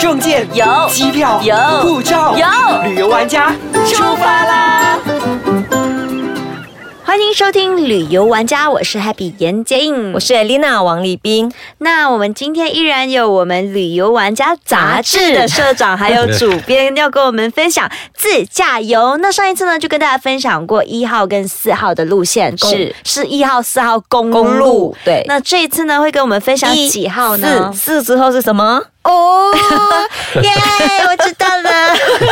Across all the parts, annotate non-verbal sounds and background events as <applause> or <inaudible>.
证件有机票有护照有旅游玩家出发啦！欢迎收听旅游玩家，我是 Happy 严洁颖，我是 Elena 王立斌，那我们今天依然有我们旅游玩家杂志的社长还有主编要跟我们分享自驾游。 <laughs> 那上一次呢，就跟大家分享过一号跟四号的路线，公是是一号、四号公路。公路对。那这一次呢，会跟我们分享一几号呢？四四之后是什么？ <laughs> 哦，耶，我知道 <laughs> 了。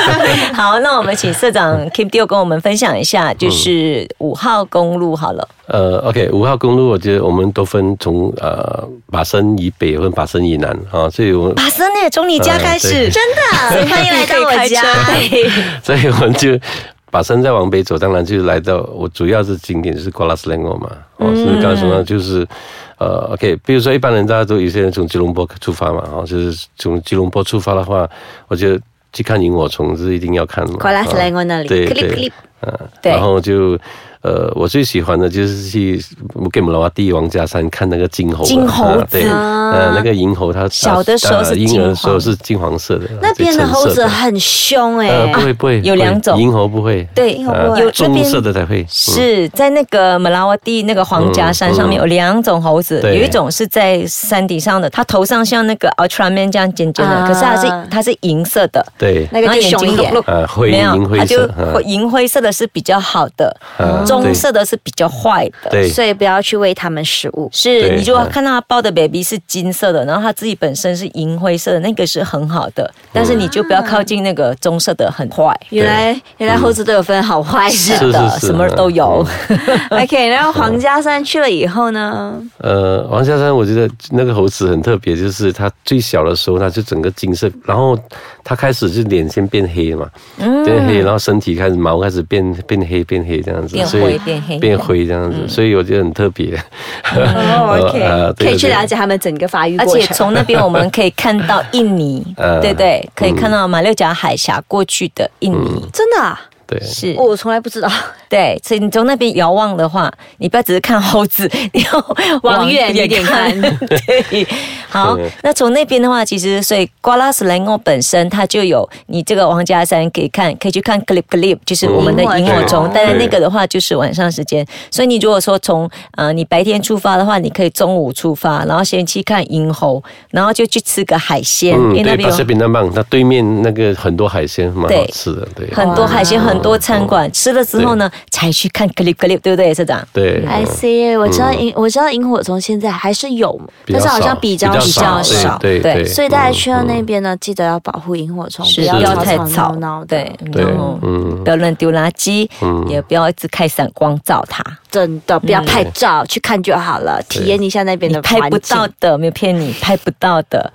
<laughs> 好，那我们请社长 Keep Deal 跟我们分享一下，嗯就是五号公路好了。呃，OK，五号公路，我觉得我们都分从呃马生以北分马生以南啊，所以我们把森呢，从你家开呃始对，真 <laughs> 的，欢迎来到我家。对 <laughs> 所以我们就把山再往北走，当然就来到我主要是景点就是 g u a l a s l a n g o 嘛，哦，嗯是刚才说到就是。呃，OK，比如说一般人大家都有些人从吉隆坡出发嘛，哦，就是从吉隆坡出发的话，我觉得去看萤火虫是一定要看嘛。快来哦来我那里，对 click 对 click 啊，对然后就呃，我最喜欢的就是去给姆拉瓦蒂王家山看那个金猴啊，金猴啊对，呃，那个银猴它小的时候是呃婴儿的时金黄候是金黄色的，啊那边的橙色猴子很凶哎、呃不会不会，有不会两种银猴不会，对，猴不会有那棕色边。的才会，嗯是在那个马拉瓦蒂那个皇家山上面嗯嗯有两种猴子，对有一种是在山顶上的，它头上像那个 Ultraman 这样尖尖的，啊可是它是它是银色的，对，那个就凶一点。呃，灰没有银它灰就色，啊灰银灰色的是比较好的，啊棕色的是比较坏的。对所以不要去喂它们食物。是，对你就要嗯看到他抱的 baby 是金色的，然后他自己本身是银灰色的，那个是很好的，但是你就不要靠近那个棕色的，很坏。原来原来猴子都有分好坏 <laughs> 是的。嗯的什么都有。 OK，然后黄家山去了以后呢，呃，王家山，我觉得那个猴子很特别，就是它最小的时候，它就整个金色，然后它开始就脸先变黑嘛，嗯变黑，然后身体开始毛开始变变黑变黑这样子，变所以灰变黑嗯变灰这样子，所以我觉得很特别。哦，OK，、呃可以去。对了对解它们整个发育而过且程。从那边我们可以看到印尼，呃对对，可以看到马六甲海峡过去的印尼，真的、啊，对，是哦，我从来不知道。对，所以你从那边遥望的话，你不要只是看猴子，你要 <laughs> 往远一点看 <laughs> 对，好对，那从那边的话，其实所以瓜拉斯兰欧本身它就有你这个王家山可以看，可以去看 clip clip，就是我们的嗯萤火虫对。但是那个的话就是晚上时间，所以你如果说从呃你白天出发的话，你可以中午出发，然后先去看萤猴，然后就去吃个海鲜，嗯，因为那对，边巴有塞比那棒，它对面那个很多海鲜，蛮好对吃的，对，嗯很多海嗯鲜，很多餐馆，吃了之后呢，才去看 clip clip，对不对，社长？对，哎 I 嗯 see，我知道萤、我知道萤火虫现在还是有，比较但是好像少比较比较少。少对对对，所以大家去到嗯那边呢，记得要保护萤火虫，是不要不要吵哦太吵吵闹闹的。对，，对然后，嗯不要乱丢垃圾，也不要一直开闪光照它，真的不要拍照，去看就好了，体验一下那边你的拍不环境到的，没有骗你，拍不到的。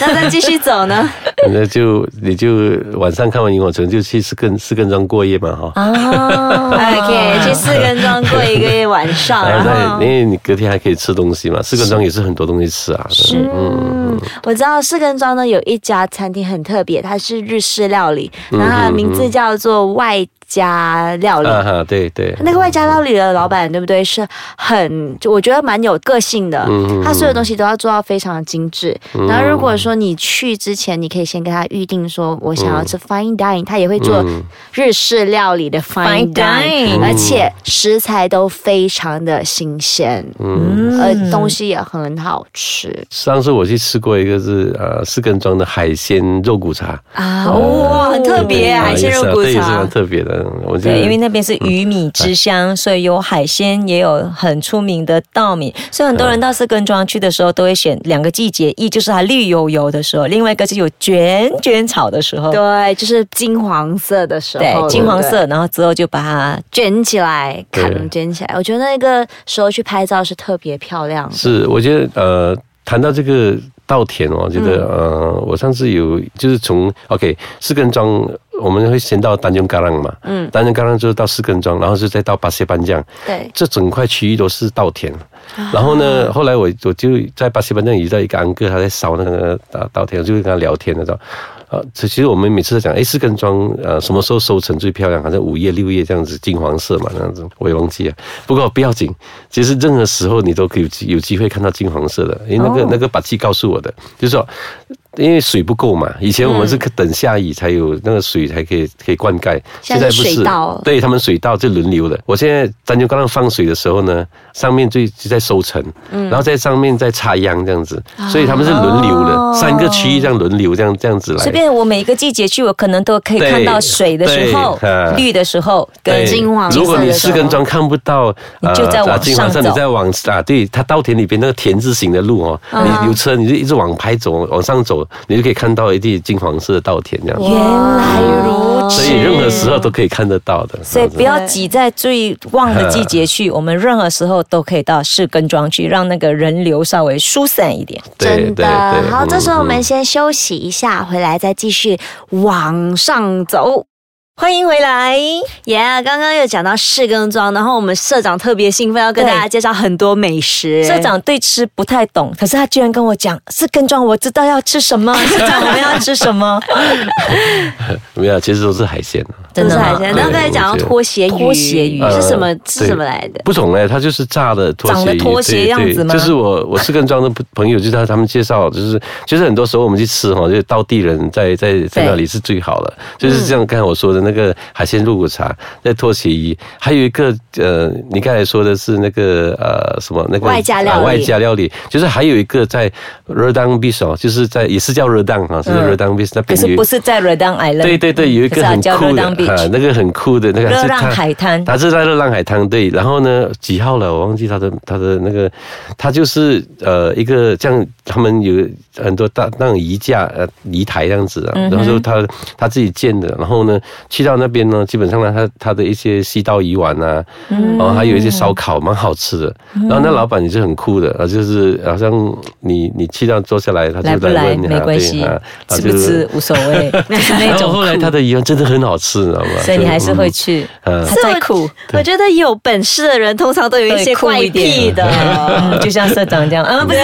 那再继续走呢？ <laughs> 那就你就晚上看完萤火虫就去四根四根庄过夜嘛哈， <laughs> 哦 OK，去四根庄过一个夜晚上，然然后后再因。为哎你隔天还可以吃东西嘛，四根庄也是很多东西吃啊，是嗯，我知道四根庄呢有一家餐厅很特别，它是日式料理，然后它的名字叫做外家料理。啊哈，对对，哦那个外家料理的老板，对不对？是很，就我觉得蛮有个性的。他所有东西都要做到非常的精致。然后如果说你去之前，你可以先跟他预定说，我想要吃 fine dining，他也会做嗯日式料理的 fine Fine dining， dining 而且食材都非常的新鲜，嗯，呃而东西也很好吃上次我去吃过一个是呃四根庄的海鲜肉骨茶，啊！哇，很特别啊啊，海鲜肉骨也是啊对也是茶蛮。特别的，我觉得对，因为那边是鱼米之乡，所以有海鲜，也有很出名的稻米，所以很多人到四根庄去的时候，都会选两个季节，一就是它绿油油的时候，另外一个是有卷卷草的时候，对，就是金黄色的时候，对，金黄对色，然后之后就把它卷起来，对砍卷起来。我觉得那个时候去拍照是特别漂亮的。是，我觉得呃，谈到这个稻田哦，我觉得、嗯呃，我上次有就是从 OK 四根庄，我们会先到丹中嘎浪嘛，嗯，丹中嘎浪之后到四根庄，然后就再到巴西班江，对，这整块区域都是稻田。然后呢，后来我我就在巴西班江遇到一个安哥，他在烧那个稻稻田，我就跟他聊天那种。啊，其实我们每次都讲，哎，四根庄，呃，什么时候收成最漂亮？好像五月、六月这样子，金黄色嘛，那样子，我也忘记了。不过不要紧，其实任何时候你都可以有机有机会看到金黄色的，因为那个、那个把记告诉我的，就是说因为水不够嘛，以前我们是等下雨才有那个水才可以可以灌溉，现在是水稻对他们水稻就轮流的。我现在单球高浪放水的时候呢，上面就就在收成，嗯然后在上面再插秧这样子，啊所以他们是轮流哦的，三个区域这样轮流这样这样子来。随便我每一个季节去，我可能都可以对看到水的时候对啊、绿的时候对跟金黄色如果你的时四候根桩看不到，你就再往啊金黄色上走你再往啊，对，它稻田里边那个田字形的路哦，嗯你有车你就一直往拍走，往上走，你就可以看到一地金黄色的稻田这样。原来如此，所以任何时候都可以看得到的。所以不要挤在最旺的季节去，我们任何时候都可以到市耕庄去，让那个人流稍微疏散一点。对真对的对。好，这时候我们嗯先休息一下，回来再继续往上走。欢迎回来，耶、刚刚又讲到市耕庄，然后我们社长特别兴奋，要跟对大家介绍很多美食。社长对吃不太懂，可是他居然跟我讲市耕庄，我知道要吃什么， <laughs> 社长我们要吃什么，没有，其实都是海鲜啊。都真是的海吗鲜，对那刚才讲到拖鞋鱼，拖鞋鱼是什么呃？是什么来的？不懂哎，它就是炸的拖长鞋得鱼，拖鞋对样对子吗就是我我是跟庄的朋友，就是他他们介绍，就是就是很多时候我们去吃哈，就是道地人在在在那里是最好的，就是像刚才我说的那个海鲜肉骨茶，在拖鞋鱼，还有一个呃，你刚才说的是那个呃什么那个外加料理啊外加料理，就是还有一个在 Redang Beach 哦，就是在也是叫 Redang 哈，是嗯 Redang Beach 那 <laughs> 可边有是一不是在 Redang Island？对对对，有一可个是它很叫酷的 Redang Beach 啊，那个很酷的那个热是浪它海滩它是在热浪海滩对。然后呢，几号了？我忘记它的它的那个，它就是呃一个这样，他们有很多大那种移架呃移台这样子啊，嗯哼然后就他他自己建的。然后呢，去到那边呢，基本上呢，他他的一些西稻鱼丸啊，嗯然后还有一些烧烤，蛮好吃的。然后那老板也是很酷的，啊，就是好像你你去到坐下来，他就来不来问你啊没关对系啊，然吃不后就吃无所 <laughs> 谓，就是那然后种后来他苦，的鱼丸真的很好吃，你知道吗？所以你还是会就去。嗯他再苦，我觉得有本事的人通常都有一些对酷怪一点癖的。嗯，就像社长这样，啊，不是，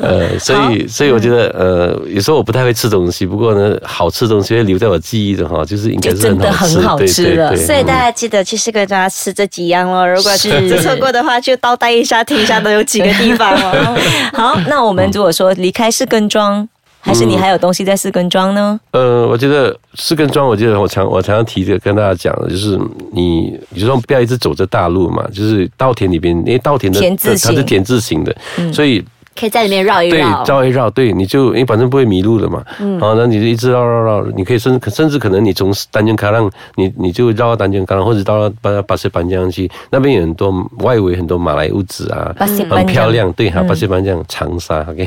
嗯 <laughs> 呃，所以所以我觉得嗯呃，有时候我不太会吃东西，不过呢，好吃的东西会留在我记忆的哈，就是应该就是真的很很好好吃，吃对了对对。嗯所以大家记得去市耕庄吃这几样哦。如果是吃错过的话，就倒带一下，停一下，都有几个 <laughs> 地方哦。 <laughs> 好，那我嗯们如果说离开四根庄，还是你还有东西在四根庄呢？呃，我觉得四根庄，我记得我常我常常提着跟大家讲的，就是你有时候不要一直走着大路嘛，就是稻田里边，因为稻田的田字它是形嗯田字形的，所以可以在里面绕一对绕，。绕一绕，对，你就你反正不会迷路的嘛。嗯，好，那你就一直绕绕绕，你可以甚至甚至可能你从单间卡浪，你你就绕到单间卡浪，或者到巴巴士班江去，那边有很多外围很多马来屋子啊，巴西班这很样嗯漂亮，对哈，巴西班江长沙，OK，、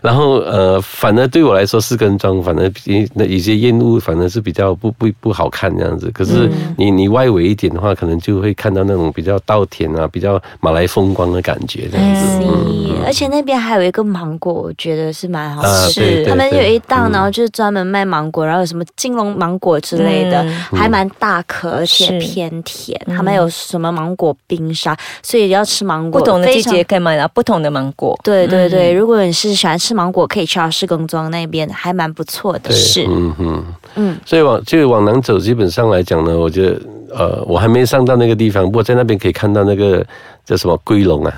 然 <laughs> 后呃，反而对我来说四根庄，反而比那有些烟雾反而是比较不不不好看这样子。可是嗯你你外围一点的话，可能就会看到那种比较稻田啊，比较马来风光的感觉这样子。嗯咦嗯而且那边还有一个芒果，我觉得是蛮好啊吃。对对他们有对一档，嗯然后就是专门卖芒果，然后有什么金龙芒果之类的，嗯还蛮大颗，而且是嗯偏甜。他们有什么芒果冰沙，所以要吃芒不果。同的季非节嗯常。可以买到不同的芒果。对对对，如果你是喜欢吃芒果，可以去到市耕庄那边，还蛮不错的。对是，嗯嗯。嗯，所以往就往南走，基本上来讲呢，我觉得呃，我还没上到那个地方，不过在那边可以看到那个叫什么龟龙啊。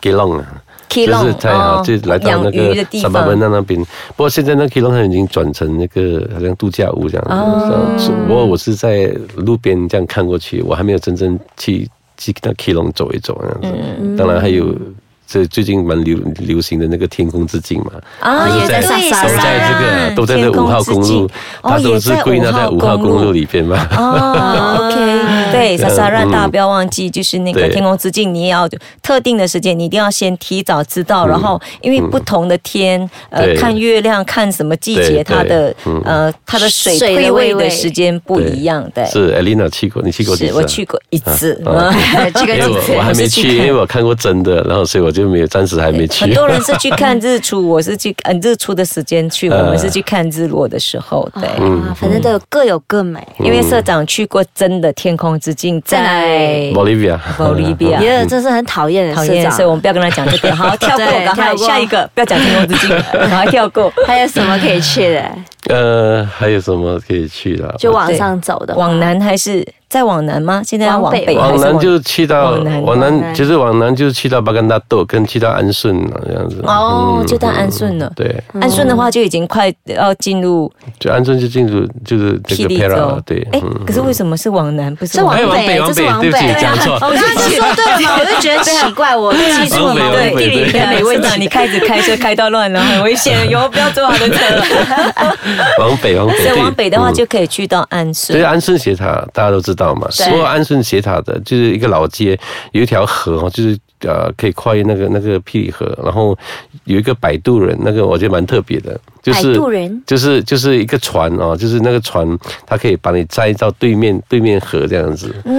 基隆啊， k 就是在啊，就来到那哦养鱼的个地三八温方。那那边。不过现在那基隆它已经转成那个好像度假屋这样子。哦是不过我是在路边这样看过去，我还没有真正去去那基隆走一走那样子。嗯当然还有这最近蛮流流行的那个天空之镜嘛，啊就是也在都萨萨在拉这个都在这天五空号之公境路，它哦都是归纳在五号公也路。在里边嘛。 <laughs> 哦，OK，对，莎莎让嗯大家不要忘记，就是那个对天空之境，你也要特定的时间，你一定要先提早知道，然后因为不同的天，呃嗯对，看月亮、看什么季对嗯节，它的呃它的水水的位退位位的时间不一样，对，是 Elena 去过，你去过几次是啊？我去过一次。啊啊 <laughs> 这个因为季我我节还没我是去，去因看为我看过真的，然后所以我就没有，暂时还没去。很多人是去看日出，我是去 <laughs> 嗯日出的时间去，我啊们是去看日落的时候，对。嗯啊，反正都有各有各美。因为社长去过真的天空之境，在哪里 Bolivia，嗯 <laughs> Bolivia 耶，真是很讨厌的讨社厌，长所以我们不要跟他讲这个。好，跳过，对赶快跳过下一个，不要讲天空之境，赶快跳过。还有什么可以去的？呃，还有什么可以去的？啊就往上走的话，往南还是再往南吗？现在要往往北北还往是南就去到啊往南往往南，南就是往南就去到巴干大豆，跟去到安顺啊这样子。哦嗯，就到安顺了。对，安顺的话就已经快要进入就安顺就进入就是这霹个雳 Pera 州了，，对。嗯哎，可是为什么是往南，不是是往往啊哎，往北北，往这是北，往对不起北，讲错。哦我刚刚就说对了嘛，我就觉得奇怪，我记住了往北嘛。往北对，地理对没问题。你开始开车开到乱了，很危险，以后不要坐他的车。往北，往北，所以往北的话，嗯就可以去到安所以顺。安顺斜塔大家都知道嘛，对所有安顺斜塔的就是一个老街，有一条河哦，就是呃可以跨越那个那个霹雳河，然后有一个摆渡人，那个我觉得蛮特别的，就是摆渡人就是就是一个船哦，就是那个船它可以把你载到对面对面河这样子，嗯、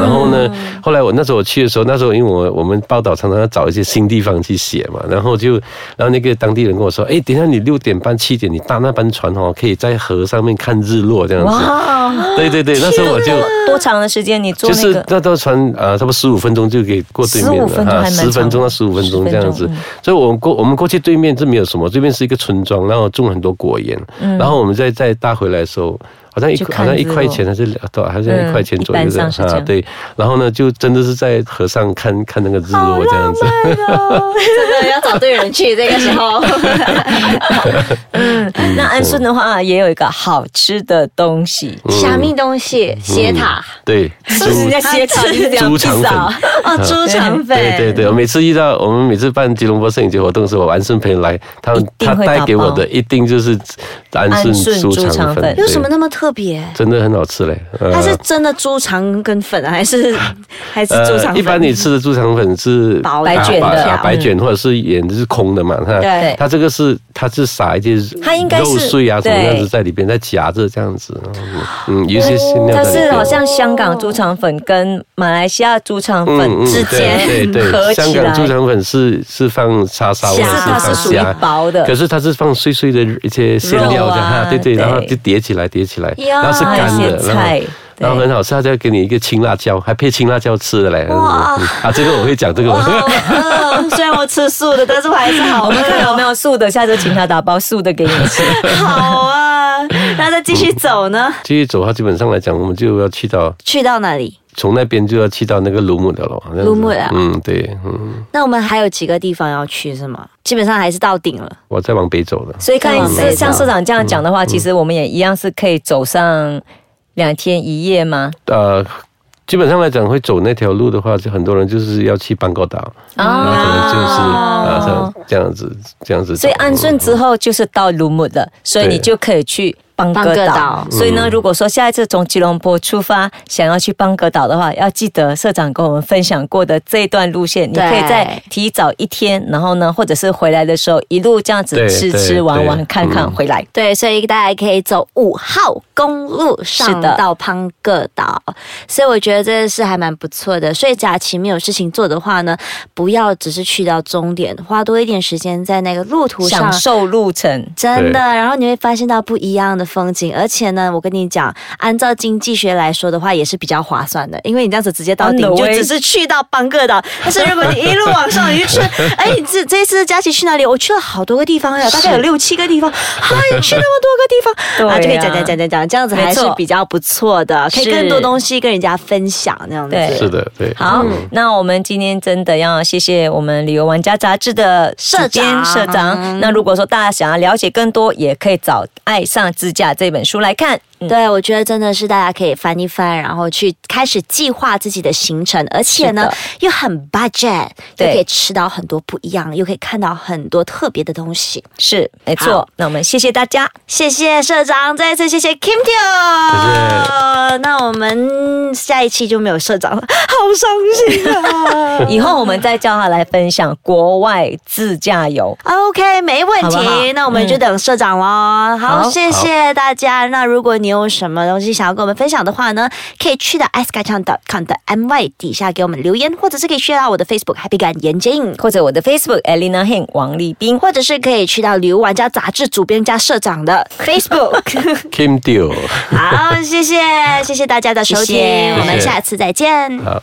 然后呢，后来我那时候我去的时候，那时候因为我我们报道常常要找一些新地方去写嘛，然后就然后那个当地人跟我说，哎，等一下你六点半七点你搭那班船哦，可以在河上面看日落这样子。哇，对对对，那时候我就多长的时间你坐就那是个？那艘船呃，差不多十五分钟就可以过对面15分了钟还蛮十分钟长到的十五分钟这样子15分钟嗯。所以我们过我们过去对面是没有什么，这边是一个村庄，然后种很多果园，然后我们再再搭回来的时候。好像一就好嗯看像一日落块钱还是多，好像一块钱嗯左右一般的上是这样对，然后呢，就真的是在河上看看那个日落这样子。嗯真的要找对人去，这个时候嗯，那安顺的话也有一个好吃的东西，虾米东嗯西斜塔对， <laughs> 是不是人家斜塔就是这样猪肠粉披萨哦，猪肠粉，嗯对对对，我每次遇到我们每次办吉隆坡摄影节活动的时候，我安顺朋友来，他们一他定会打包带给我的一定就是安顺安顺猪猪肠肠粉粉，有什么那么特别？真的很好吃嘞。呃它是真的猪肠跟粉啊，还是 <laughs> 还是猪肠粉？呃一般你吃的猪肠粉是薄白卷的啊白卷或者是圆的是空的嘛？它对它这个是它是撒一些它应该是肉碎啊什对么样子在里边，再夹着这样子，嗯，有一些馅料哦它在里是边。好像香港猪肠粉跟马来西亚猪肠粉之嗯对间对合对，起香港来，猪肠粉是是放叉烧，或者是它放是属于虾，薄的可，是它是放碎碎的一些馅料肉的，啊哈对对对，然后就叠起来叠起来，呀然后是还有干一些的，然菜后。然后很好吃，它再给你一个青辣椒，还配青辣椒吃的嘞。嗯啊，这个我会讲，这个我哇好 <laughs> 饿虽然我吃素的，但是我还是好我们看饿。有没有素的，下次请他打包素的给你吃。好啊， <laughs> 那再继续走呢？继续走的话，基本上来讲，我们就要去到去到哪里？从那边就要去到那个卢姆的了。这样子卢姆的啊嗯，对，嗯，那我们还有几个地方要去是吗？基本上还是到顶了。我再往北走了。所以看嗯是像社长这样讲的嗯话，其实我们也一样是可以走上两天一夜吗？呃，基本上来讲，会走那条路的话，就很多人就是要去班高啊岛。然嗯后可能就是啊，这样这样子这样子走。所以安顺之后就是到卢姆了，所以对你就可以去邦邦哥哥岛岛。所以呢，如果说下一次从吉隆坡出发，想要去邦哥岛的话，要记得社长跟我们分享过的这一段路线，你对可以再提早一天，然后呢，或者是回来的时候一路这样子对吃对吃玩玩对看看嗯回来。对，所以大家可以走五号公路上是的到潘各岛，所以我觉得这是还蛮不错的。所以假期没有事情做的话呢，不要只是去到终点，花多一点时间在那个路途上享受路程，真的，对然后你会发现到不一样的风景，而且呢，我跟你讲，按照经济学来说的话，也是比较划算的，因为你这样子直接到 On 顶 the 就 way 只是去到邦各岛， <laughs> 但是如果你一路往上，你就去，哎，你这这次佳琪去哪里？我去了好多个地方呀，啊大概有六七个地方， <laughs> 啊，你去那么多个地方， <laughs> 啊对就可以呀讲讲讲讲讲，这样子还是没错比较不错的，可以是更多东西跟人家分享，那样子。对是的，对。嗯好，嗯那我们今天真的要谢谢我们旅游玩家杂志的社主编长社长。那如果说大家想要了解更多，也可以找《爱上自驾》这本书来看。嗯，对，我觉得真的是大家可以翻一翻，然后去开始计划自己的行程，而且呢又很 budget，又对可以吃到很多不一样，又可以看到很多特别的东西。是没好错。那我们谢谢大家，！谢谢社长，再次谢谢 Kim Tio。那我们下一期就没有社长了，好伤心啊以后我们再叫他来分享国外自驾游。 OK，没问题。好不好那我们就等社长喽。好，好谢谢大家。那如果你有什么东西想要跟我们分享的话呢，可以去到 s k a c h a n g c o m 的 my 底下给我们留言，或者是可以去到我的 Facebook Happy 感言 Jane。或者我的 Facebook Elena h e n 王丽斌，或者是可以去到《旅游玩家》杂志主编加社长的 Facebook。 Kim Deal。好，谢谢谢谢大家的收听，谢谢我们下次再见。好